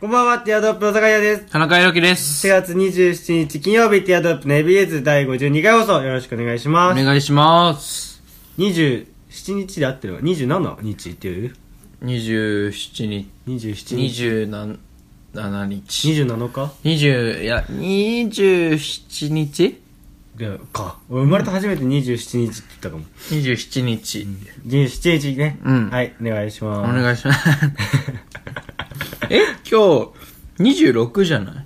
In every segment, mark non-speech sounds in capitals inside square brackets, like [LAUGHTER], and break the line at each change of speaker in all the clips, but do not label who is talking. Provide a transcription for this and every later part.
こんばんは、ティアドロップの坂井です。
田中裕樹です。
4月27日金曜日、ティアドロップのエビエズ第52回放送、よろしくお願いし
お
ます。
願いします。
27日で合ってるわ。27日っていう
27日、
?27 日。
27日、
27日
20、いや、27日
いやか。俺生まれて初めて27日って言ったかも。
?27 日。
27日ね。
うん
はい、お願いし
お
ます。
願いします。え今日、26じゃないい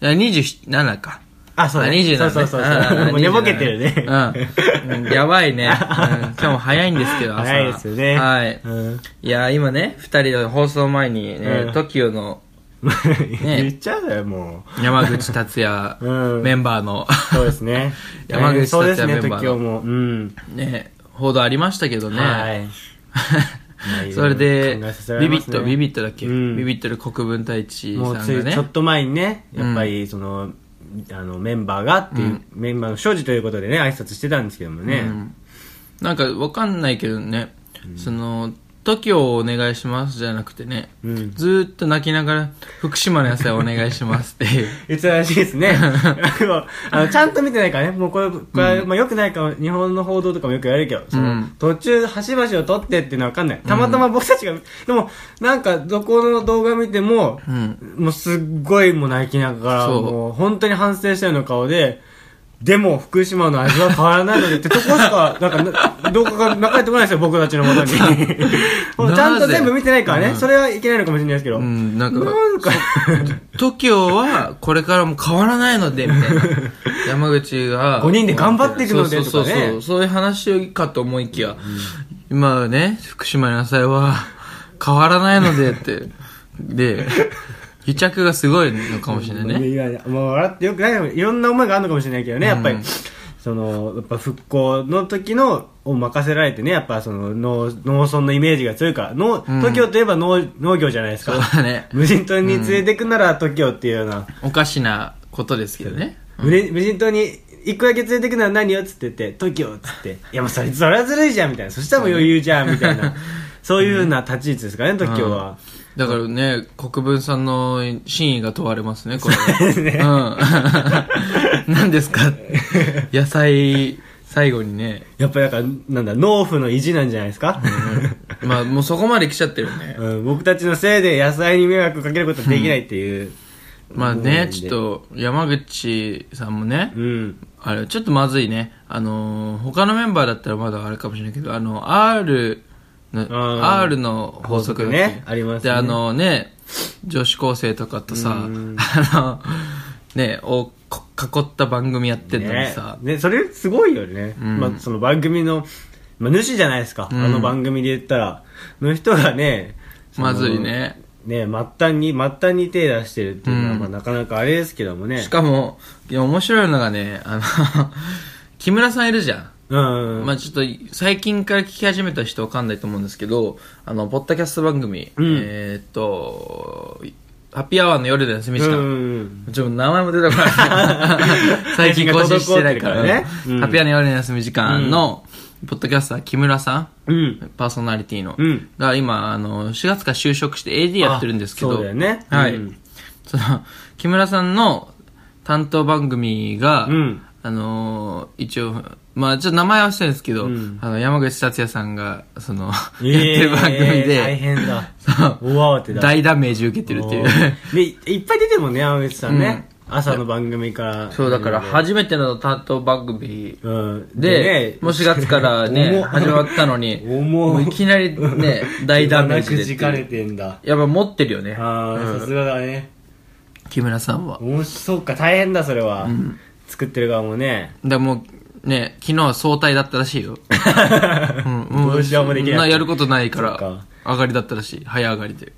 や、27か。
[LAUGHS] あ、そうだ、
あ27ね
そうそうそう
あ
そ
ー
う。もう寝ぼけてるね。
うんうん。やばいね。うん今日も早いんですけど、朝。
早いですよね。
はい。
うん。
いや、今ね、二人の放送前にね
う、ん
TOKIO の
[LAUGHS] 言っちゃうだよ、も
山口達也
う。うん。
メンバーの、
そうですね。
山口
そうです
達
ね、
也メンバーの
時をもう。うん。
[LAUGHS] ね、報道ありましたけどね。 [LAUGHS]
はい。
それで、
考えさせられ
ビビ
ます
ッ
ね
ト、ビビットだっけ、
うん
ビビットで国分太一
もう
さ
つ
んが
いちょ
ね
っ。と前にね、やっぱりその、あのメンバーがっていう、メンバーの所持ということでね挨拶してたんですけどもね、
うんなんかわかんないけどね、その、TOKIO をお願いしますじゃなくてね、
うん
ずーっと泣きながら、福島の野菜お願いしますって
[LAUGHS]
いう。
言ってたらしいです
[LAUGHS]
ねあのあのちゃんと見てないからねもうこれこれ、まあ、よくないかも日本の報道とかもよくやるけどその、
うん
途中端々を撮ってっていうのは分かんないたまたま僕たちが、でもなんかどこの動画見ても、
うん。
もうすっごいもう泣きながら、
そう
もう本当に反省したような顔で、でも福島の味は変わらないのでってとこし
[LAUGHS]
か、なんかな、動画が流れてこないですよ、僕たちのもとに。もうちゃんと全部見てないからね、それはいけないのかもしれないですけど。
うん、なんか、
なんか、
TOKIO はこれからも変わらないので、みたい
[LAUGHS]
な。山口が。
5人で頑張っていくのでとかね
そうそうそうそう。そういう話かと思いきや、今はね、福島の野菜は [LAUGHS] 変わらないのでって。で、癒着がすごいのかもしれないね。
いやいやもう笑ってよくないよいろんな思いがあるのかもしれないけどね、やっぱり。
うん
そのやっぱ復興の時のを任せられてねやっぱその農農村のイメージが強いから農
うん
東京といえば農,、農業じゃないですか
そうだ [LAUGHS] ね。
無人島に連れてくなら TOKIO っていうような、
おかしなことですけどね。
無人無人島に一個だけ連れてくなら何よっつってて TOKIO っつっていやもうそれそれはずるいじゃんみたいなそしたらもう余裕じゃんみたい
[LAUGHS]
なそういうような立ち位置ですからね TOKIO は、
だからね、国分さんの真意が問われますね、これ
[LAUGHS]
は。うん。 [LAUGHS] 何ですか野菜、最後にね。
やっぱりだからなんだ農夫の意地なんじゃないですか、
まあ、もうそこまで来ちゃってるね。
うん、僕たちのせいで野菜に迷惑かけることできないっていう、
まあね、ちょっ
っと
と、山口さんもね、
うん
あれ、ちょっとまずいね。あのー他のメンバーだったらまだあれかもしれないけど、あの、R の、
あー
R の法則だっ
法
け
則ねありますね
で、あのね、女子高生とかとさ、あ
うん
の、ね、をこ囲った番組やってんのに
ね
さ、
ねそれすごいよね、
うん
まあ、その番組の、まあ、主じゃないですか、
うん
あの番組で言ったらの人がねその
まずいね。
ね末端に末端に手出してるっていうのは、
うん
まあ、なかなかあれですけどもね
しかも、いや面白いのがね、あの、木村さんいるじゃん。
うん、うん
まあちょっと最近から聞き始めた人わかんないと思うんですけど、あの、ポッドキャスト番組、
うん
えーっと、ハッピーアワーの夜で休み時
う
間。
ん
ちょっと名前も出て
[LAUGHS]
こない。最近更新してないから
配信が滞ってる
ね
から。ねうん
ハッピーアワーの夜の休み時間の、ポッドキャスター木村さ
うん
ん、パーソナリティの、
うん
が今、あの、4月から就職して AD やってるんですけ
あ
ど、
そうだよね
はい。
うん
その、木村さんの担当番組が、
うん
あのー一応、まあちょっと名前はしてるんですけど、
うん
あの、山口達也さんが、その、
え
やってる番組
えー大
で、
変だ
[LAUGHS] そう
大慌てだ
大ダメージ受けてるってい
お
う。
ーでいっぱい出てるもんね山口さんね、朝の番組から
[LAUGHS] そう、だから初めての担当番組
うん
で、もう4月からね、始まったのに、
重っ
もういきな
[LAUGHS]
りね、大ダメージでって
じ
い
かれ
う。
てんだ
やっぱ持ってるよね、
ああさすがだね
木村さんは。だか
面白そうか大変だそれは、作ってる側もね
らもう、ね、昨日は早退だったら
[LAUGHS]
しいよ。うん、も
どうしようもできない
やることないか
そっ
ら
か、
上がりだったらしい。早上がりで。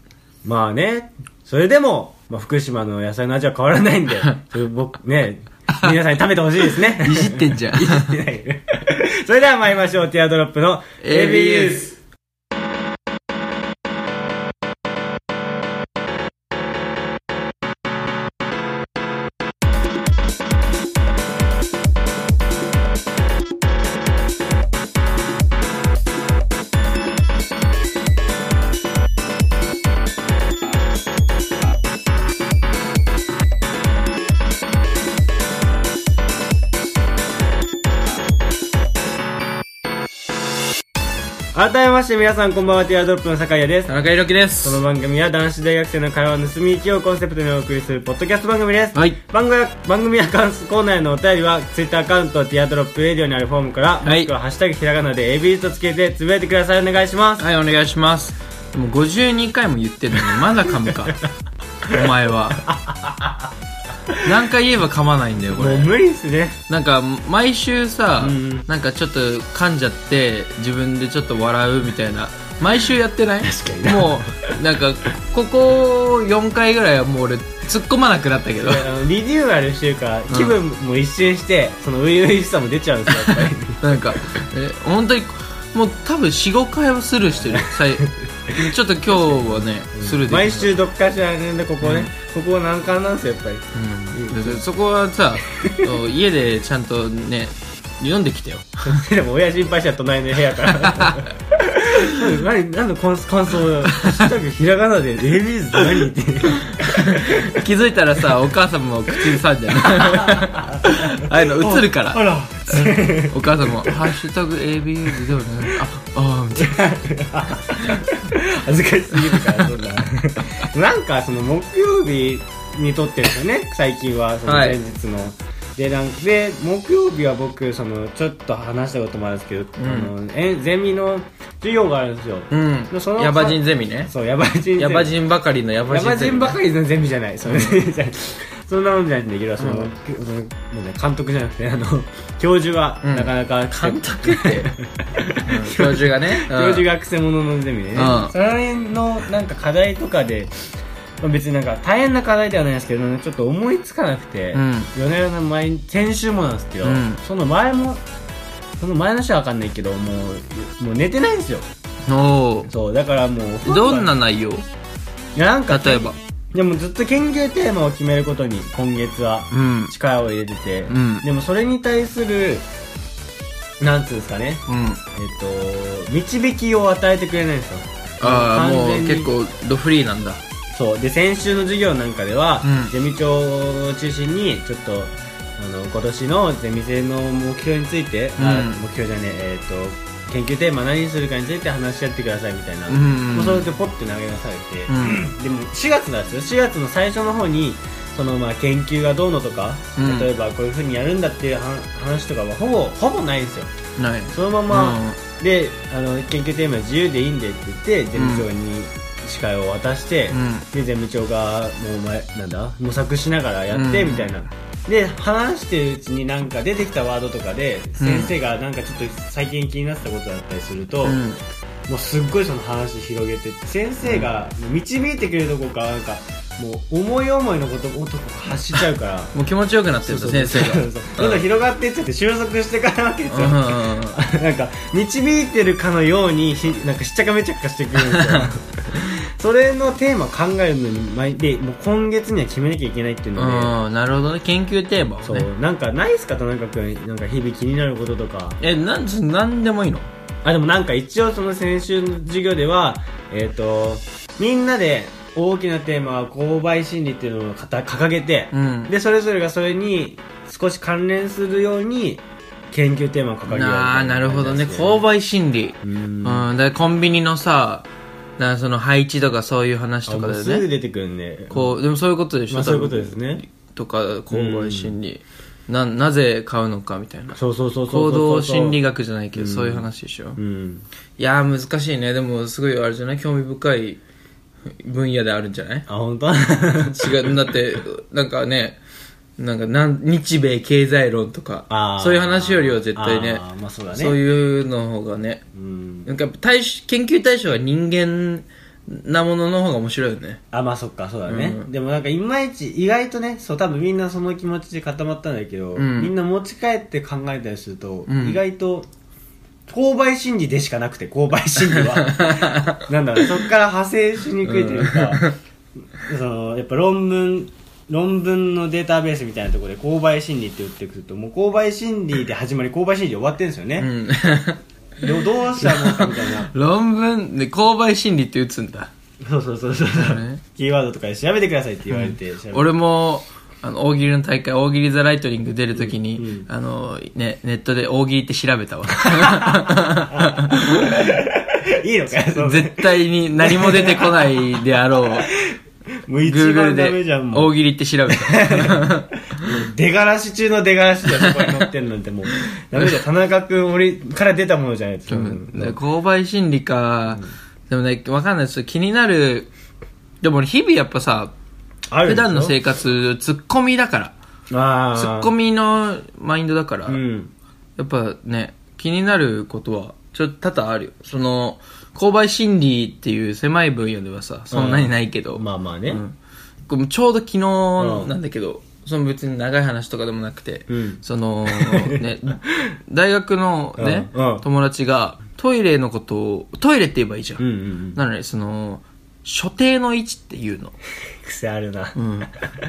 まあねそれでも、まあ、福島の野菜の味は変わらないん
[LAUGHS]
でそれ僕ね皆さんに食べてほしいですね
いじってんじゃん。
[LAUGHS] それでは参りましょうティアドロップの
AB ユー
ABUs
ス
改めまして皆さんこんばんはティアドロップの酒屋です
田中裕樹で
こ
す
の番組は男子大学生の会話を盗み行きをコンセプトにお送りするポッドキャスト番組です、
はい
番組番組や関すコーナーへのお便りはツイッターアカウントティアドロップレディオにあるフォームから、
はい
もしくは「ハッシュタグひらがな」で AB とつけてつぶやいてくださいお願いします
はいお願いしますもう52回も言ってるのにまだ噛むかお前は何回言えば噛まないんだよこ
もう
れ
無理ですね
なんか毎週さ、
うん
なんかちょっと噛んじゃって自分でちょっと笑うみたいな毎週やってない
確かに
もうなんかここ4回ぐらいはもう俺突っ込まなくなったけど
いやあのリニューアルしてるから気分も一新して、その初々しさも出ちゃうんですよやっ
[LAUGHS]
ぱり
なんか、え本当にもう多分45回はスルーしてる最ちょっと今日はねスルーできなかった
毎週どっかしらねでここね、ここ難関なんですよやっぱり
うんでそこ
[LAUGHS]
はさそう家でちゃんとね読んできてよ
でも親心配した隣の部屋から [LAUGHS] 何何の感想感想だよハッシュタグひらがなで「レビーズって何?」って
気づいたらさお母さんも口ずさん
[LAUGHS]
じゃんああいうの映るから
あら
お母さんも「ハッシュタグ #ABUS」でもねああみたいな
恥ずかしすぎるからそうだなんかその木曜日に撮ってるんですよね最近はその
は
前
い
日の、でなんで木曜日は僕そのちょっと話したこともあるんですけど、あのえゼミの授業があるんですよ、
うん
その
ヤバ人ゼミね
そうヤバ人ゼミ
ヤバ人ばかりのヤバ
ヤ
人
バ
ゼ
人
ミ
ばかりのゼミじゃない、そのゼミじゃない [LAUGHS] そんなもんじゃないんだけど、その、
うん
きそのなんだ監督じゃなくて、あの、 [LAUGHS] 教授は、
うん
なかなか、
[LAUGHS] 監
[LAUGHS]
督って、うん教授がね、うん
教授がくせ者のゼミでね、
うん
その辺のなんか課題とかで、まあ別になんか大変な課題ではないですけど、ちょっと思いつかなくて、
うん
夜な夜な前に、先週もなんですけど、
うん
その前も、その前の人はわかんないけど、もう、もう寝てないんですよ。
おー
そう、だからもう、
どんな内容
いやなんか、
例えば
でもずっと研究テーマを決めることに、今月は、
うん
力を入れてて、
うん
でもそれに対するなんつうんですかね
うん
えっ、と導きを与えてくれないんですよ
ああ
完
もう
全に
結構ドフリーなんだ
そうで先週の授業なんかでは、
うん
ゼミ長を中心にちょっとあの今年のゼミ生の目標について、あ
うん
目標じゃねええっ、と研究テーマ何にするかについて話し合ってくださいみたいな、
うんうん
もうそれでポッて投げ出されて、
うん
でも4月なんですよ4月の最初の方にそのまあ研究がどうのとか、
うん
例えばこういうふうにやるんだっていうは話とかはほぼほぼないんですよ
ない
そのまま、であの研究テーマは自由でいいんでって言ってゼミ長に司会を渡して、
うん
でゼミ長がもう前なんだ模索しながらやって
うん
みたいな、で話してるうちになんか出てきたワードとかで先生がなんかちょっと最近気になってたことだったりすると、
うん
もうすっごいその話広げてって先生が導いてくれるとこからなんかもう思い思いのことを発しちゃうから
[LAUGHS] もう気持ちよくなって
そう
る
そ
と
う
先生が
[LAUGHS] そうそうどんどん広がっていっちゃって収束してからわけですよ、
うんうんう
[LAUGHS]
ん
なんか導いてるかのようにしなんかしっちゃかめっちゃかしてくるん
[LAUGHS]
ですよそれのテーマ考えるのに毎でもう今月には決めなきゃいけないっていうので、
うんなるほどね研究テーマを
そ
ね
うなんかないですか田中君なんか日々気になることとか
えなんなんでもいいの
あでもなんか一応その先週の授業ではえっ、とみんなで大きなテーマは購買心理っていうのを掲掲げて、
うん
でそれぞれがそれに少し関連するように研究テーマを掲げる
ああなるほどね購買心理
う
うんんだからコンビニのさなんかその配置とかそういう話とか
あもう
だ
す
よ
ぐ
ね
出てくるんで
こうでもそういうことでしょ
まあそういうこと
多
で
分
すね
とか購買心理ななぜ買うのかみたいな
そうそうそうそ
行
うそう
動心理
が
学じゃないけどそういう話でしょ
うん
いやー難しいねでもすごいあれじゃない興味深い分野であるんじ
[LAUGHS]
ゃない
あ本当
違うだってなんかねなんかなん日米経済論と
あ
か
ー
そういう話よりは絶対ね
あーまあそうだね
そういうの方がね
うん
なんか対し研究対象は人間なものの方が面白いよね
あまあそっかそうだね、
う
でもなんかいまいち意外とねそう多分みんなその気持ちで固まったんだけど、
うん
みんな持ち帰って考えたりすると、
うん
意外と購買心理でしかなくて購買心理
[LAUGHS]
はなんだろうそっから派生しにくいというか、そのやっぱ論文論文のデータベースみたいなところで購買心理って打ってくるともう購買心理で始まり購買心理で終わってるんですよ
う
ね、 [LAUGHS]
ん
どどうしたもんかみたい
[LAUGHS]
な
論文で購買心理って打つんだ
そうそうそうそう、
ね
キーワードとかで調べてくださいって言われて、調べて
俺もあの大喜利の大会大喜利ザライトニング出るときに、あのねネットで大喜利って調べた
[LAUGHS]
わ
いいのかよ、 [LAUGHS] そ
絶対に何も出てこないであろう
もう [LAUGHS] 一
Google
番ダメ
で
じゃん、もう。
大喜利って調べた
[LAUGHS] 出がらし中の出がらしじゃん、そこに乗ってんなんてもう。ダメだよ、田中君俺から出たものじゃないと。
で購買心理か、でもねわかんないです気になるでも俺日々やっぱさ
ある
普
でしょ
段の生活ツッコミだから
ああ。
ツッコミのマインドだから、
うん。
やっぱね、気になることは、ちょっと多々あるよ。その、購買心理っていう狭い分野ではさ、そんなにないけど、
まあまあね。
うんこれちょうど昨日なんだけど、その別に長い話とかでもなくて、
うん
その、
[LAUGHS]
ね、大学のね、
うんうん
友達が、トイレのことを、トイレって言えばいいじゃん。
うんうんうん。
なのに、その、所定の位置っていうの。
癖あるな。
うん、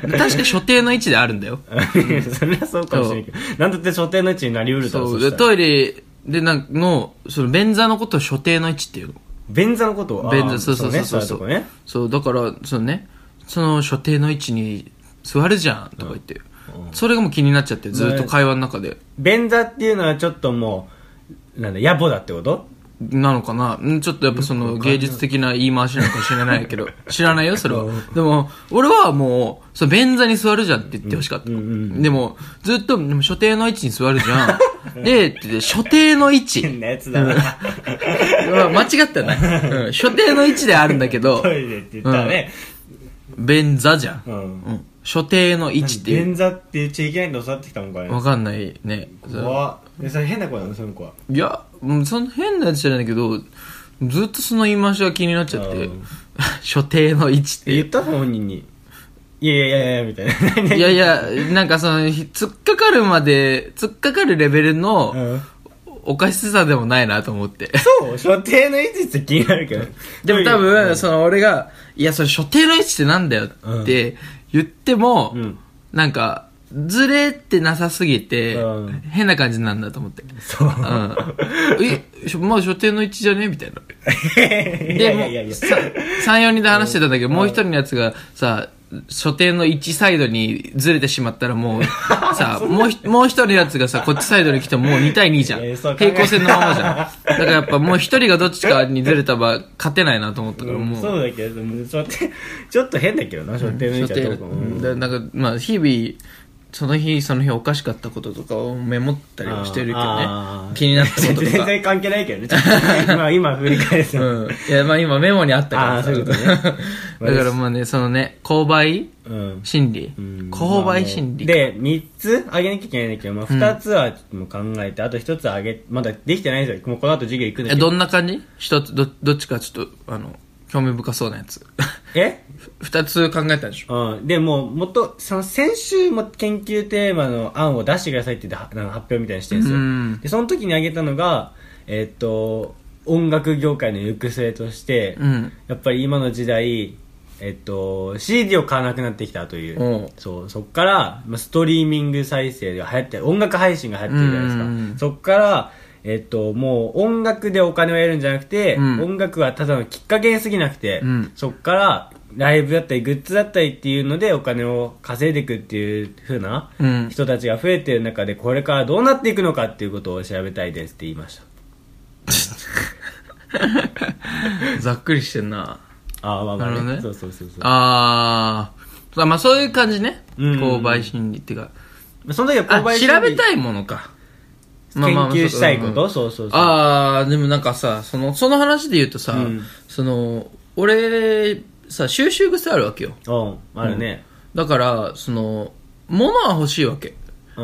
確か所定の位置であるんだよ。
[LAUGHS] それはそうかもしれないけど。なんだって所定の位置になりうるだろ、
そう
そし
で
たら
トイレでなんのその便座のことを所定の位置っていうの
便座のことを。
便
あ
座
ー
そうそうそう
そ
そうう
ねいと
そう,、
こね。
そうだからそのねその所定の位置に座るじゃんとか言って、それがもう気になっちゃってずっと会話の中で、
便座っていうのはちょっともう、なんだ、野暮だってこと
なのかなうんちょっとやっぱその芸術的な言い回しなのかもしれない [LAUGHS] けど知らないよそれはでも俺はもうその便座に座るじゃんって言ってほしかった、でもずっとでも所定の位置に座るじゃ [LAUGHS] んでって言って所定の位置
変なやつだな。
まあ間違ったな。うん。所定の位置であるんだけど
[LAUGHS] ト、イレって言ったらね。
便座じゃん。
うん
うん。所定の位置っていう。
便座って言っちゃいけないんだ教わってきたもんかね
わかんないね。そう
怖っえそれ変な子なのその子はい
や、うんその変なやつじゃないんだけど、ずっとその言い回しが気になっちゃって
うん、
[LAUGHS] 所定の位置って
え
い
言
う。
った本人にいやいやいやいやみたいな
いやいや、なんかその、突っかかるまで、突っかかるレベル
う
の
ん
おかしさでもないなと思って。
そう所定の位置って気になるけど
でも多
う
分、
ん
その俺が、いや、それ所定の位置ってなんだよって言っても、
うん
なんか、ずれってなさすぎて、
うん
変な感じなんだと思って。
そう [LAUGHS]
うん。え、しょまあ所定の位置じゃねみたいな。
いやいやいやい
で、もう
や
さ3、4人で話してたんだけど、もう一人のやつがさ、所定の1サイドにずれてしまった
[LAUGHS]
らもう、さ、もうひもう一人のやつがさ、こっちサイドに来てももう2対2じゃん。
いやいやそう考え
平行線のままじゃん。だからやっぱもう一人がどっちかにずれた場合、勝てないなと思ったから、もう。
そうだけどでも所定ちょっと変だけどな所定の位置はどうかもうん
でなんかまあ日々その日その日おかしかったこととかをメモったりはしてるけど
あー
ね気になったことと
全
か、
然関係ないけどねちょっと今今振り返ると
うん、いやまあ今メモにあったから
あー
さ
そういうことね
だからまあねそのね購買
うん
心理
うん
購買心理
まあねで3つあげなきゃいけないんだけど、まあ、2つはちょっともう考えて、あと1つあげまだできてないんですよもうこの後授業行くんだ
え
けど
どんな感じ一つどどっちかちょっとあの興味深そうなやつ [LAUGHS]
え
二つ考えたでしょ
うん、でもうもっとその先週も研究テーマの案を出してくださいって言ってはなんか発表みたいにしてるんですよ、
うん
でその時にあげたのがえっと音楽業界の行く末として、
うん
やっぱり今の時代えっと CD を買わなくなってきたという
おう
そうそっからまあストリーミング再生が流行って音楽配信が流行ってるじゃないですか、
うんうんうん
そっからえっと、もう音楽でお金を得るんじゃなくて、
うん
音楽はただのきっかけに過ぎなくて、
うん
そっからライブだったりグッズだったりっていうのでお金を稼いでいくっていう風な
うん
人たちが増えてる中でこれからどうなっていくのかっていうことを調べたいですって言いました
ざっくりしてんな
ああまあまあ、
なるほどね
そうそう [LAUGHS] そうそう
あーあまあそういう感じね、
うん
購買心理っていうか
まあその時は
あ
購買心理
調べたいものかまあ
研
まあまあ
究したいこ
うん
とそうそうそう
ああでもなんかさそのその話で言うとさ、
うん
その俺さ収集癖あるわけよ
うんあるね
だからその物は欲しいわけ、
うん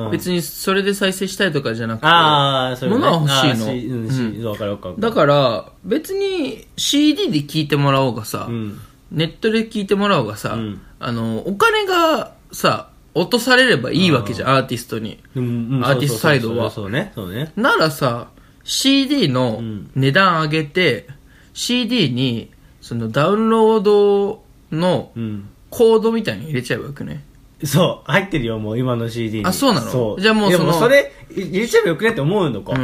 別にそれで再生したいとかじゃなくて
ああそれね
物は欲しいの
あーうん
うん
しそうわかるわかる
だから別に CD で聴いてもらおうがさ、
うん
ネットで聞いてもらおうがさ、
うん
あのお金がさ落とされればいいわけじゃんアーティストに
でもうん
アーティストサイドは
そうそうそうそうねそうね
ならさ CD の値段上げて、CD にそのダウンロードの
うん
コードみたいに入れちゃえばよくね
そう、入ってるよ、もう今の CD に。
あそうなの
そう。
じゃあもう
で
その
それ、入れちゃえばよくねって思うのか。
う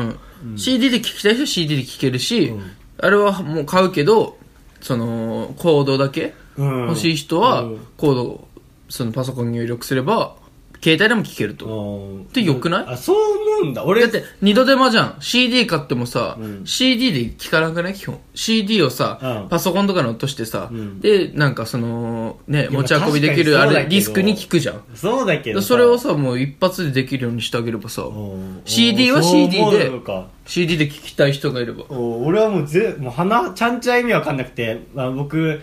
ん、CD で聴きたい人は CD で聴けるし、あれはもう買うけどそのコードだけ
うん
欲しい人は
うん
コードそのパソコンに入力すれば、携帯でも聞けると。
って
て良くない
あ、そう思うんだ。俺、
だって、二度手間じゃん。CD 買ってもさ、
うん
CD で聞かなくない基本。CD をさ、
うん
パソコンとかに落としてさ、
うん
で、なんかその、ね、
まあ
持ち運びできる、
確かにそうだけ
あれ、
ど
ディスクに聞くじゃん。
そうだけどさ。
それをさ、もう一発でできるようにしてあげればさ、
うん、
CD は
そう
CD
思う
で
のか
CD で聞きたい人がいれば。
お俺はもうぜもう鼻ちゃんちゃん意味わかんなくて、まあ、僕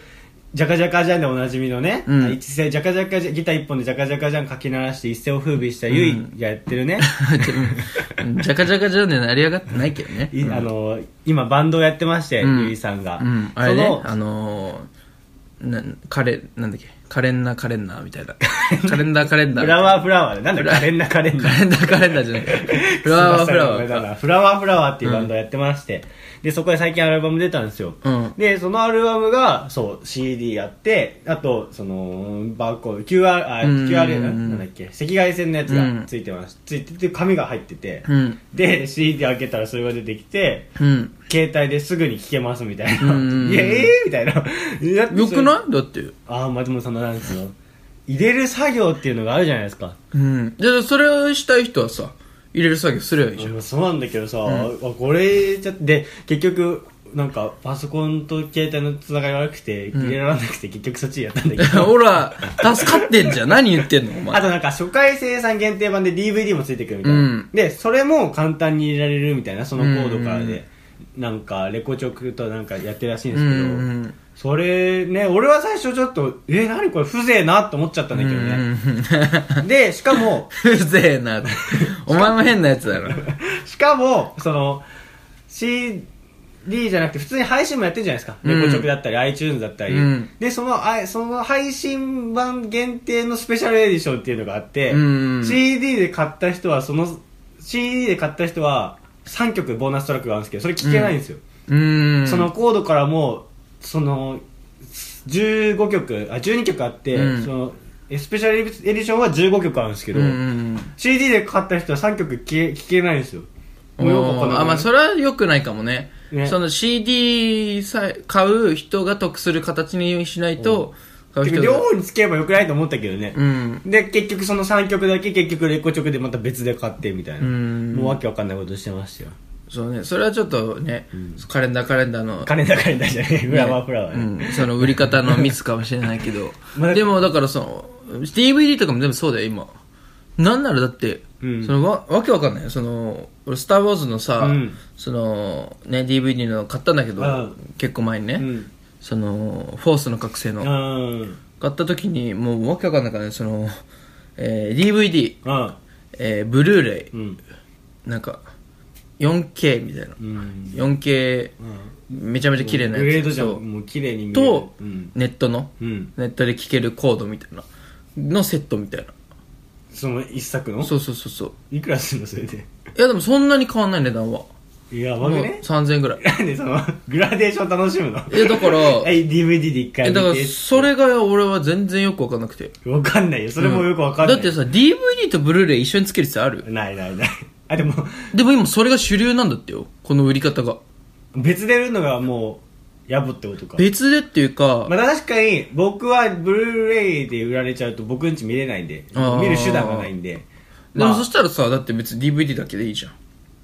ジャカジャカジャンでおなじみのね、
うん
一世ジャカジャカジャンギター一本でジャカジャカジャンかき鳴らして一世を風靡したゆいがやってる
[LAUGHS]
ね、
うんジャカジャカジャンで成り上がってないけどね。
いあの今バンドをやってまして、
うん
ゆいさんが、
うん、あれ
そ
ね
の、
あのー、な、カレ、なんだっけ、カレンナカレンナみたいな。カレンダーカレ
フ
ンダーみたい
ラ
な。
ワーフラワーでなんだカレンダカレンダ
カレンダーカレンダーじ
[LAUGHS]
ゃない。フラワーはフラ
すいません
ワ
あれ
ー
だ
か。
なフラワーフラワーっていうバンドをやってまして、でそこで最近アルバム出たんですよ、
うん。
でそのアルバムがそう CD やってあとそのバーコード QR あ
うん
QR なんだっけ赤外線のやつ
う
が
ん
ついてます、ついてて紙が入ってて、
うん。
で CD 開けたらそれが出てきて
うん。
携帯ですぐに聴けますみたいな「
うん
いやええみたいなだって
よ
そ
く
れ
ないだって。
ああ松本さんのなんですよ入れる作業っていうのがあるじゃないですか
うん。じゃあ、それをしたい人はさ、入れる作業すればいいじゃん。
うんそうなんだけどさ、あこれじゃで結局なんかパソコンと携帯のつながり悪くて入れられなくて、結局そっちやったんだけ
[LAUGHS]
ど
ほら、助かってんじゃん。何言ってんのお
あ
前。
となんか初回生産限定版で DVD もついてくるみたいな、
うん
でそれも簡単に入れられるみたいなそのコードから
うん
で、なんかレコチョクとなんかやってるらしいん
う
ですけど、
ん。
それね俺は最初ちょっとえ何これ風情なと思っちゃったんだけどね、でしかも
[LAUGHS] うぜえな。お前も変なやつだろ。
しかも、その、CD じゃなくて、普通に配信もやってるじゃないですか。
うん
レコチョクだったり、iTunes だったり。
うん
で、その、あその配信版限定のスペシャルエディションっていうのがあって、
うん
CD で買った人は、その、CD で買った人は、3曲ボーナストラックがあるんですけど、それ聞けないんですよ。
う
[LAUGHS]
ん。
そのコードからも、その、15曲、あ、12曲あって、
うん
その、えスペシャルエディションは15曲あるんですけ
う
ど、
んうん。
CD で買った人は3曲聞け聞けないんですよ。もうよくわかんない
あ、まあ、それは良くないかもね。
ね
その CD さえ買う人が得する形にしないと、買う
結
人
局両
が。
方につければよくないと思ったけどね
う、ん。
で結局その3曲だけ結局レコチョクでまた別で買ってみたいな
うん
もうわけわかんないことしてましたよ
そうね。それはちょっとね、カレンダーカレンダーの。
カレンダーカレンダーじゃないフラワーフラワーね、
うん、その売り方のミスかもしれないけど
[LAUGHS] まあ
でもだからその DVD とかも全部そうだよ今なんならだって、
うん
そのわわけわかんないよその俺「スター・ウォーズ」のさ、
うん
そのね DVD の買ったんだけど、
うん
結構前にね、
うん
その「フォースの覚醒の」
うんうん
買った時にもうわけわかんないからねその、えー DVD、えーブルーレ
う
イ
ん
なんか 4K みたいな、
うん、
4K めちゃめちゃ綺麗な
グレ
や
ード
つ
じゃん
と
もう綺麗に見える
と
うん、
ネットの
うん、
ネットで聴けるコードみたいなのセットみたいな
その一作の
そうそうそうそう
いくらするのそれで
いやでもそんなに変わんない値段はも
いや
う
ばくね
3000円ぐら
[LAUGHS]
い
なんでそのグラデーション楽しむの
いやだから
[LAUGHS] はい DVD で一
え
回見
だから
て
それが俺は全然よく分かんなくて
わかんないよそれもよくわかんない、
だってさ DVD とブルーレイ一緒につける必要ある
ないないないあでも
でも今それが主流なんだってよこの売り方が
別で売るのがもう野暮ってことか
別でっていうか、
まあ確かに僕はブルーレイで売られちゃうと僕んち見れないんで
あー
見る手段がないんで
で
ま
も
あ
そしたらさだって別に DVD だけでいいじゃん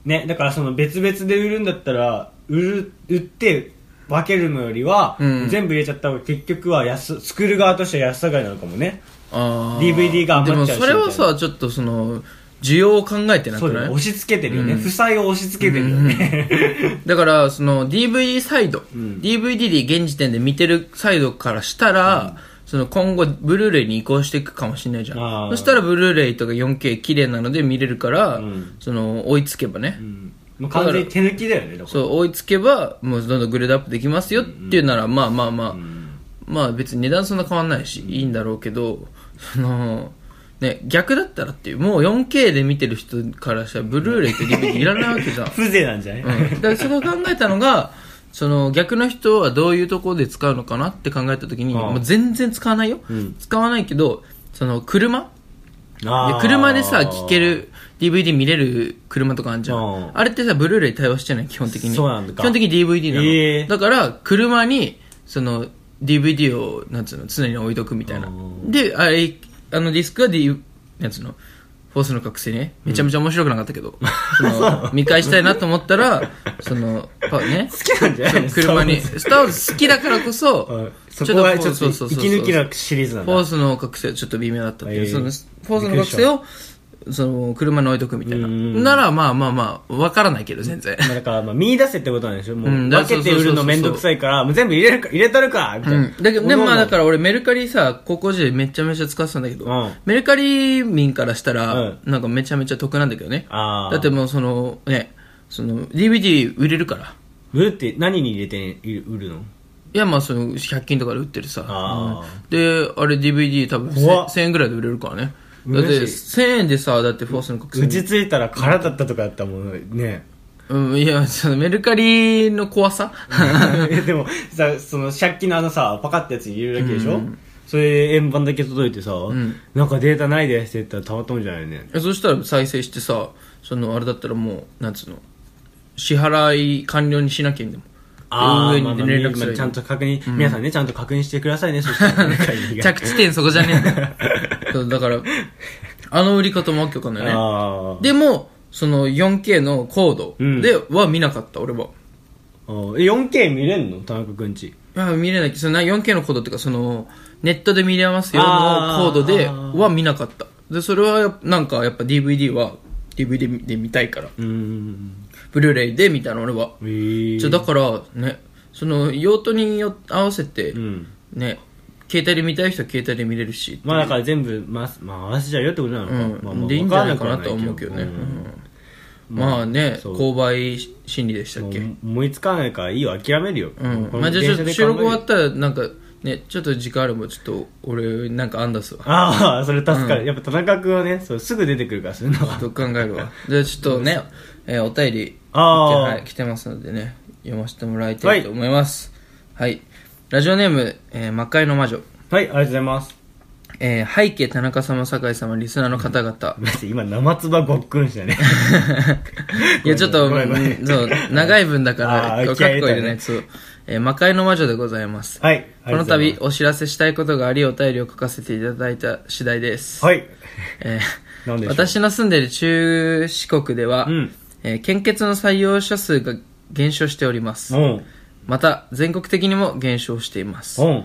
ねだからその別々で売るんだったら売る売って分けるのよりは、
うん
全部入れちゃった方が結局は安作る側としては安さがいなのかもね
あー
DVD が余っちゃうし
でもそれは
みたい
さちょっとその需要を考えてな
そ
く
うだ
な
よ
い
ね押 [LAUGHS] し付けてるよね、負債を押し付けてるよね、
だから、その DVD サイド、
ん
DVD で現時点で見てるサイドからしたら、その今後、ブルーレイに移行していくかもしれないじ
あ
ゃ
ー
ん。そしたら、ブルーレイとか 4K 綺麗なので見れるから、
うん
その、追いつけばね。
うん [LAUGHS] もう完全に手抜きだよねだから
そう、追いつけば、もうどんどんグレードアップできますよっていうなら、まあまあまあ、まあ別に値段そんな変わんないし、いいんだろうけど、その、ね、逆だったらっていう、もう 4K で見てる人からしたら、ブルーレイと DVD いらないわけじ [LAUGHS] ゃん。
風情なんじゃない、
うん、だからそこを考えたのがその逆の人はどういうところで使うのかなって考えた時に、
ああ
もう全然使わないよ、
ん
使わないけどその車
あ
で
ー
車でさ聴ける DVD 見れる車とかあるじゃ
うん
んあれってさブルーレイ対応してない基本的に
そうなんだ
基本的に DVD なの、
ええ
だから車にその DVD をなんつうの常に置いとくみたいな
うん
であれあのディスクは D、なんつうの、フォースの覚醒ね、めちゃめちゃ面白くなかった
[LAUGHS]
けど、その、見返したいなと思ったら、その、パね、
好きなんじゃないですか
車に、スターウォーズ好きだからこそ
うん、
ち
そ
ょっと
こはち
そ
ょ
う
っ
そ
と
うそう
息抜きのシリーズなん
フォー
だ
スの覚醒ちょっと微妙だったっていう、
ええ
そのフォースの覚醒をその車に置いとくみたいな
うん
ならまあまあまあわからないけど全然
まあだからまあ見出せってことなんでしょもう
うんだ
分けて売るのめんどくさいからもう全部入れるか入れたるかみたいな、
うんだけどでもまあだからら俺メルカリさ高校時代めちゃめちゃ使ってたんだけど、
うん
メルカリ民からしたら、
うん
なんかめちゃめちゃ得なんだけどね
あー
だってもうそのねその DVD 売れるから
売るって何に入れて売るの
いやまあその100均とかで売ってるさ、
あ
うんであれ DVD 多分
怖っ
1000, 1000円ぐらいで売れるからねだって
嬉し
1000円でさだってフォースの覚醒
打ちついたら空だったとかだったもん
[LAUGHS]
ね
うん、いや、そのメルカリの怖さ
でもさその借金のあのさパカってやつに入れるだけでしょ、それで円盤だけ届いてさ、なんかデータないですって言ったらたまったもんじゃないよね
[LAUGHS] そしたら再生してさ、そのあれだったらもう、なんつうの、支払い完了にしなきゃいいんだもん。
あー
運営
まあ、
に
まあ
連絡す
まあ
る。
ちゃんと確認、皆さんね、ちゃんと確認してくださいね、そしたら
[LAUGHS]
ね、会議が
着地点そこじゃねえんだよ
[LAUGHS]
そうだから、あの売り方もわけわかんないね。
あー
でも、その 4K のコー
うん
ドでは見なかった、俺は。
あー。え 4K 見れんの田中くんち。
いや見れないそのな 4K のコードっていうかそのネットで見れますよの
あー
コードでは見なかったでそれはやなんかやっぱ DVD は DVD で見たいから
うーん。
ブルーレイで見たの俺は
えー
じゃだからねその用途によ合わせて、
うん。
ね携帯で見たい人は携帯で見れるし
まあだから全部、まあ、まあ、合わせちゃうよってことなのか。
うん
まあまあ
でいいんじゃないかなとは
わ
思う
ら
けどね、
ん
うんまあね
そう
購買心理でしたっけ
もう思いつかないからいいよ、諦めるよ。
うん
これ
まあ、じゃあちょっと
電車で考える
収録終わったらなんかねちょっと時間あればちょっと俺なんか案出すわ
ああ、それ助かる。やっぱ田中くんはね、そうすぐ出てくるから、そういうのが。
[LAUGHS] ちょっと考え
[LAUGHS]
るわ。じゃあちょっとね、えーお便り
あー
はい来てますのでね、読ませてもらいたいと思います。はい。ラジオネーム、えー魔界の魔女。
はい、ありがとうございます。
えー、背景田中様、酒井様、リスナーの方々。
マジで今、生唾ごっくんしたね。
[LAUGHS] いや、ちょっ
[LAUGHS]
と、
ごめんごめん
うんそう、長い分だから、
あー
こうかっこいい
気合い入れたね
ね。そう。えー魔界の魔女でございます。
はい。
こ
あ
の
り
度
が、とう
お知らせしたいことがあり、お便りを書かせていただいた次第です。
ございます
えー
なんでしょう
私の住んでいる中四国では、
うん
えー献血の採用者数が減少しております
はい。うん。
また全国的にも減少しています
うん。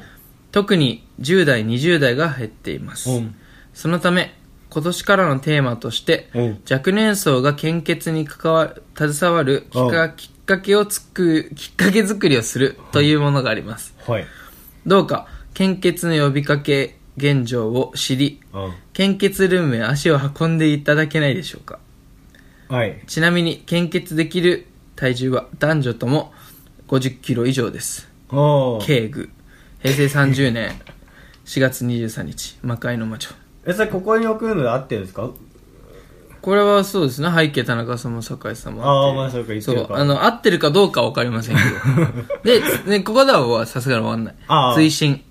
特に10代20代が減っています
うん
そのため今年からのテーマとして
うん
若年層が献血に関わ携わるきっかきっかけをつくきっかけ作りをするというものがあります
はい。
どうか献血の呼びかけ現状を知り
う
献血ルームへ足を運んでいただけないでしょうか
ん。はい。
ちなみに献血できる体重は男女とも50キロ以上です
おー
慶具平成30年4月23日魔界の魔女
え、それここに置くので合ってるんですか
これはそうですね背景田中様酒井様
あーまあそうか言って
そ
る
う
か
あの合ってるかどうかは分かりません
[LAUGHS]
けどで、ね、ここではさすがに終わんない
あー
推進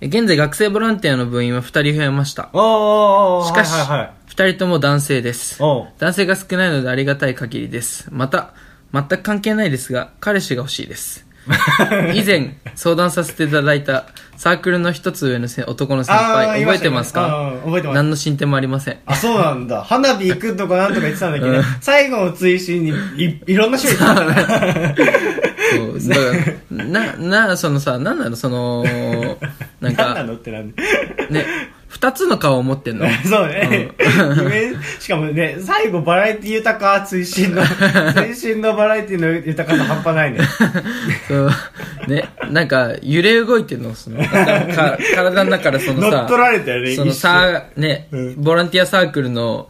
え現在学生ボランティアの部員は2人増えました
おーおーおー
しかし、
はいはいはい。
2人とも男性です
お
[LAUGHS]
う
男性が少ないのでありがたい限りですまた全く関係ないですが彼氏が欲しいです
[LAUGHS]
以前相談させていただいたサークルの一つ上のせ男の先
あー
輩
いま
覚え
したね
てます
う
か
ん覚えてます
何の進展もありません
あ、そうなんだ。花火行くとかなんとか言ってたんだけど、最後の追伸にいいろんな種類があったから
そうだからななそのさ何なのそのなん
何な
か
のってなんで。 [LAUGHS]
ね二つの顔を持ってんの
そうね。夢しかもね、最後バラエティ豊か、追
[LAUGHS]
伸の、追伸のバラエティの豊かさ半端ないね。
そうねなんか揺れ動いてんのそのか体の中からそのさ
乗っ取られたよね、
その
一瞬
さね、
うん
ボランティアサークルの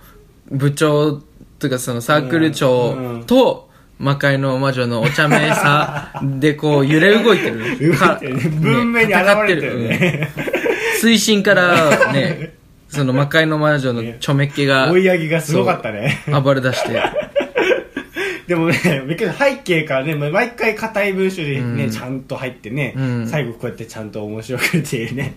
部長というかそのサークル
うんう
長
ん
と、魔界の魔女のお茶目さでこう揺れ動いてる
[LAUGHS] 動いてるね
か
文明に現れてる
戦って
ね。
うん水深からねその魔界の魔女のちょめっ気が
追い上げがすごかったね。
そう暴れ出して
でもね、びっくりした背景からね、毎回硬い文章でね、ちゃんと入ってね、
うん
最後こうやってちゃんと面白くっていうね。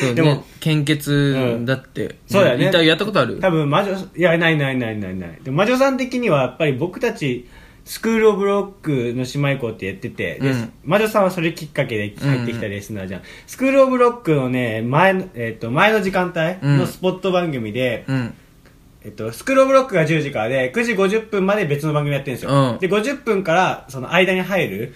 そう、
で
ね
も、、
献血だって、
そうだよね
一体やったことある
多分魔女、いや、ないないないないない。でも魔女さん的にはやっぱり僕たち、スクール・オブ・ロックの姉妹校ってやってて、で
うん
魔女さんはそれきっかけで入ってきたレスナーじゃん、スクール・オブ・ロックのね前の,、えっと前の時間帯
うん
のスポット番組で、
うん。
えっと、スクール・オブ・ロックが10時からで9時50分まで別の番組やってるんですよ、
うん
で50分からその間に入る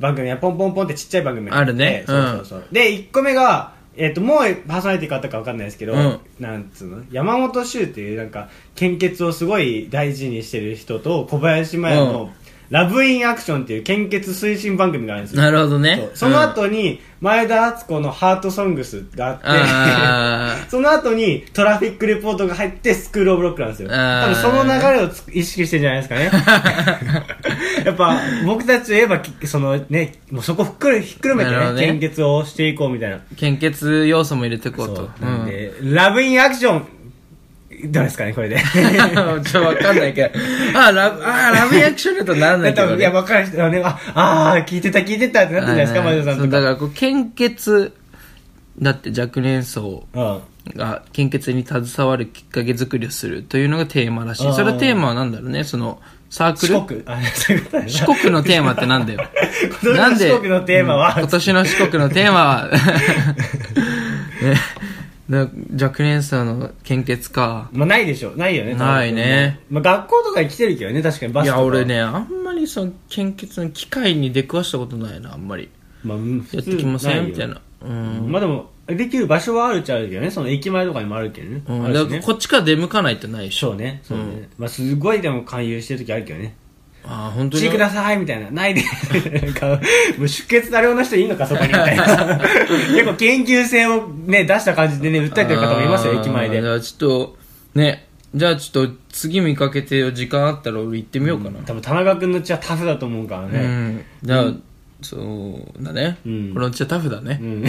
番組はポンポンポンってちっちゃい番組がって
あるね
そうそうそう、で1個目がえっと、もうパーソナリティ変わったか分かんないですけど、
うん
なんつうの山本周っていうなんか献血をすごい大事にしてる人と小林麻也
うん
の「ラブインアクション」っていう献血推進番組があるんですよ
なるほど
そう
ね。
その後に前田敦子の「ハートソングス」が
う
あ
ん、
って
あ
[COUGHS] その後にトラフィックレポートが入ってスクールオブロックなんですよ。
あー
多分その流れをつ意識してんじゃないですか
[LAUGHS]
ね。 [LAUGHS] やっぱ僕たちといえばき、そのね、もうそこふっくるひっくるめて
なるほ
ね、
どね
献血をしていこうみたいな。
ー献血要素も入れてこ
そう
と。
う。
う
なん
ん。
で、ラブインアクション、どうですかね、これ
[LAUGHS]
で。
ちょ、わかんないけど。あ、ラブ、あ、ラブアクションだとならないけ
多
ど、
分いや、
ね。
分かる人はね、あ、あー聞いてた、聞いてたってなったんじゃないですか、
は
マ
い
ジョさん
そう
と
だか
か。
ら、こう、献血、だって若年層
うん。
が献血に携わるきっかけ作りをするというのがテーマらし
あ
い。
ー
それはテーマはなんだろうね、その、サークル
四国。 [LAUGHS] あ、そういうことだよな
四国のテーマっ
[LAUGHS]
てなんだよ。
今年の四国のテーマは
うん今年の四国のテーマ
[LAUGHS]
は、ね、だ若年層の献血か。
まあ、ないでしょ。ないよね。
ないね
多分。まあ、学校とかに来てるけどね、確かにバ
い
スとか。
や、俺。ね、あんまりその献血の機会に出くわしたことないな、あんまり。
まあ、うん普通
やってきませ
よ
んみたいな。うん。
まあでも、できる場所はあるっちゃあるけどね、その駅前とかにもあるけどね。
うん
ある
だ
し
から
ね
こっちから出向かないってないでしょ。
そうね、そうね。まあすごいでも勧誘してる時あるけどね。
ああ、本当
来て
に
く。ださいみたいな。ないで。なんか、もう出血だるような人いんのか、
[LAUGHS]
そこにみたいな。結構研究性をね、出した感じでね、訴えてる方もいますよ、駅前
あー
で
だ。からちょっと、ね、じゃあちょっと次見かけてよ、時間あったら俺行ってみようかな。
多分、田中君の血はタフだと思うから
う
ね。
ん。だから、そうだね。
うん
このうちはタフだね
う。ん。
[LAUGHS]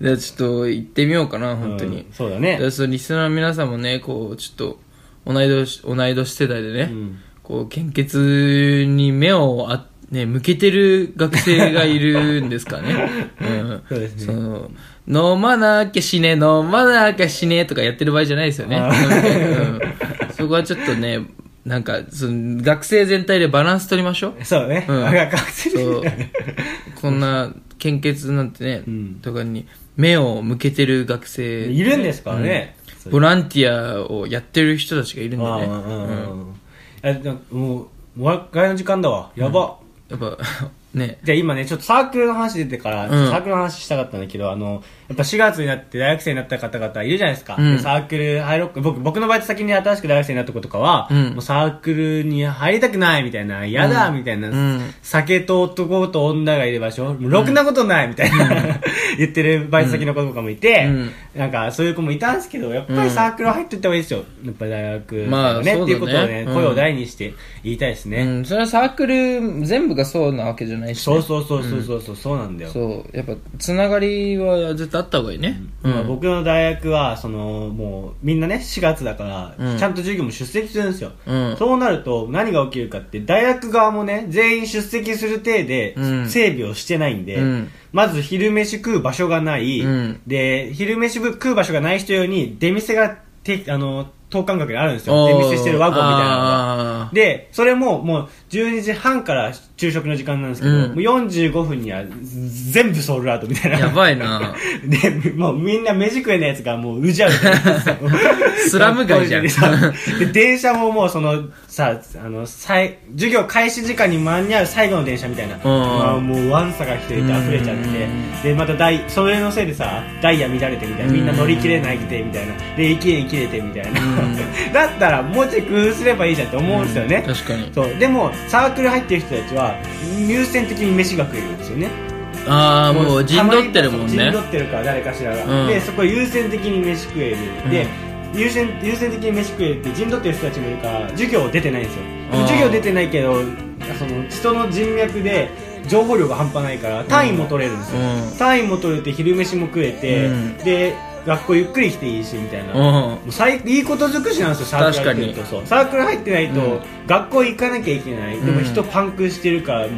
じゃあちょっと行ってみようかな、本当に
うん。そうだ
だか
ね。
らそのリスナーの皆さんもね、こう、ちょっと、同い年、同い年世代でね、
ん
こう、献血に目をあ、ね、向けてる学生がいるんですか
[LAUGHS]
ね。うん。
そうですね
その、飲まなきゃ死ね、飲まなきゃ死ねとかやってる場合じゃないですよね。うん、そこはちょっとね、なんか、その、学生全体でバランス取りましょう。
[LAUGHS] そうね。
うん
あ学生で
そう。こんな、献血なんてね、
ん
とかに、目を向けてる学生。
[LAUGHS] いるんですからね。
うんボランティアをやってる人たちがいるんで
ああう
ね。
ん
うん
うんうんえでももうお別れの時間だわやば、
やっぱ、ね。
じゃあ今ねちょっとサークルの話出てから、
うん
サークルの話したかったんだけどあのやっぱ4月になって大学生になった方々いるじゃないですか、
うん
でサークル入ろうか僕僕の場合先に新しく大学生になった子とかは、
うん
もうサークルに入りたくないみたいな嫌だみたいな、
うん
酒と男と女がいる場所もうろくなことないみたいな、 [LAUGHS] 言ってるバイト先の子とかもいて、
うん
なんかそういう子もいたんですけどやっぱりサークル入っていった方がいいですよやっぱ大学ね,、
まあそうだね
っていうことをね、
うん
声を大にして言いたいです
う
ね、
ん、それはサークル全部がそうなわけじゃないし、
そう
ね。
そうそうそうそうそうそうなんだよ、
そう。やっぱ、つながりは絶対あった方がいいね。うん。
まあ僕の大学はそのもうみんなね4月だから、
うん
ちゃんと授業も出席するんですよ、
うん
そうなると何が起きるかって大学側もね全員出席する体で
うん
整備をしてないんで、
うん
まず昼飯食う場所がない、
うん
で昼飯食う場所がない人用に出店がてあの等間隔にあるんですよ
おー
出店してるワゴンみたいなのが。
あー
で、それももう12時半から昼食の時間なんですけど、
うん
もう45分には全部ソールアウトみたいな。
やばいな
[LAUGHS] で、もうみんな飯食えないやつがもううじゃうじゃなんですよ
[LAUGHS] スラム街じゃん
でさ [LAUGHS] で、電車ももうその、さ、あの、さい授業開始時間に間に合う最後の電車みたいな。まあ、もうワンサが人で溢れちゃって。で、またダイ、それのせいでさ、ダイヤ乱れてみたいな。みんな乗り切れなくてみたいな。で、駅員切れてみたいな。 [LAUGHS] だったら、もうちょい工夫すればいいじゃんって思うんですよね。
確かに。
そう。でも、サークル入ってる人たちは、優先的に飯が食えるんですよね。
ああ、もう陣取ってるもん
陣
ね。
取ってるから誰かしらが、
うん
でそこ優先的に飯食える、
うん
で優先優先的に飯食えるって陣取ってる人たちもいるから授業出てないんですよ
あー
授業出てないけどその人の人脈で情報量が半端ないから単位も取れるんですよ、
う
単位も取れて昼飯も食えて、
うん
で学校ゆっくり来ていいしみたいな、も
ん。うん。
う最いいこと尽くしなんですよサークル入ってると
確
そうサークル入ってないと、
うん
学校行かなきゃいけないでも人パンクしてるからもう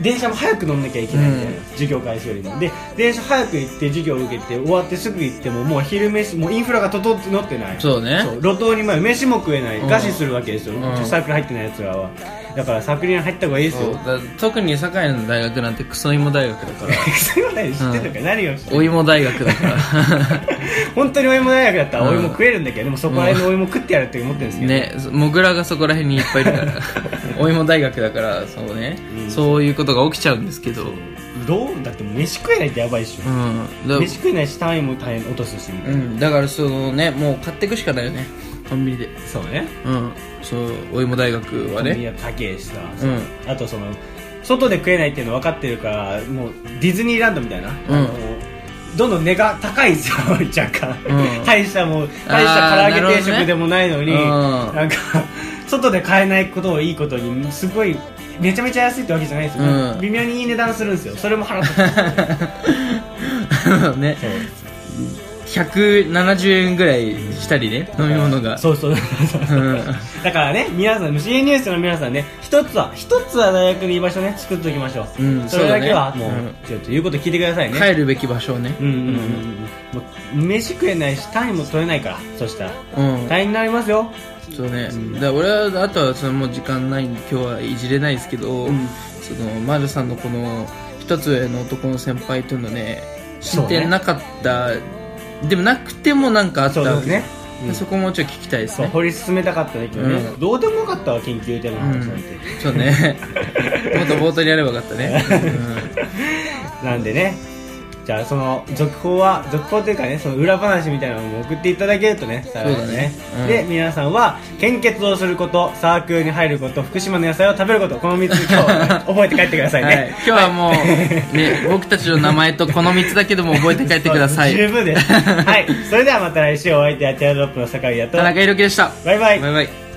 電車も早く乗んなきゃいけないみたいな、
うん
授業開始よりもで電車早く行って授業受けて終わってすぐ行ってももう昼飯もうインフラが整ってない
そうね
路頭に前飯も食えない
うん
餓死するわけですよ、
ん
サークル入ってないやつらはだからサークルに入った方がいいです
そう
よ
だ特に堺の大学なんてクソ芋大学だから
[LAUGHS] それまで知ってたから何をして
お芋大学だから
[LAUGHS] 本当にお芋大学だったら
うん
お芋食えるんだけど、でもそこら辺のお芋食ってやるって思ってるんですけど、
ねモグラがそこら辺にいっぱいいるから
[LAUGHS]
お芋大学だからそうね、
うん
そういうことが起きちゃうんですけどう
どうだって飯食えないってやばいっしょ、
んだ,、
飯食えないし単位も大変落とすしみた
う
いな、
ん、だからそのねもう買ってくしかないよねコンビニで
そうね
うんそうお芋大学は
コンビニ
ね
は高えしさ、
うん
あとその外で食えないっていうの分かってるからもうディズニーランドみたいな、あのどんどん値が高いんですよ若干、
うん
大したもう
あー
大した唐揚げ定
なるほどね
食でもないのに
うん
な,、んか外で買えないことをいいことにすごいめちゃめちゃ安いってわけじゃないんですよ、
うん
微妙にいい値段するんですよそれも払って
[LAUGHS] ね170円ぐらいしたりね飲み物が
そう
[LAUGHS]
そうそうそう
うん
だからね皆さん c ニュースの皆さんね一つは一つは大学に居場所ね作っておきましょう、
うん
それだけは
そう
もう
だね
ちょっと言うこと聞いてくださいね
帰るべき場所をね
うんうんうんうんもう飯食えないし単位も取れないからそしたら
うん
大変になりますよ
そうね、だから俺はあとはそのもう時間ないんで今日はいじれないですけど、
うん
そのマルさんのこの一つ上の男の先輩というのね知ってなかった、でもなくてもなんかあった
そうで
わ
す
け
ねうん
そこもちょっと聞きたいです
そう
ね
掘り進めたかったんだけどね、
うん
どうでもよかったわ緊急テーマの話なんて、
そうねもっと冒頭にやればよかったね、
なんでねじゃあその続報は続報というかねその裏話みたいなのも送っていただけるとねさらに
そうだねうん
で皆さんは献血をすることサークルに入ること福島の野菜を食べることこの3つ今
[LAUGHS]
日覚えて帰ってくださ
う
い
ん
ね、
はい、今日はもう、ね、僕たちの名前とこの3つだけでも覚えて帰ってください
十分ですはいそれではまた来週お相手はティアドロップの酒井やと
田
バイ
中裕樹でした
バイ
バイバイ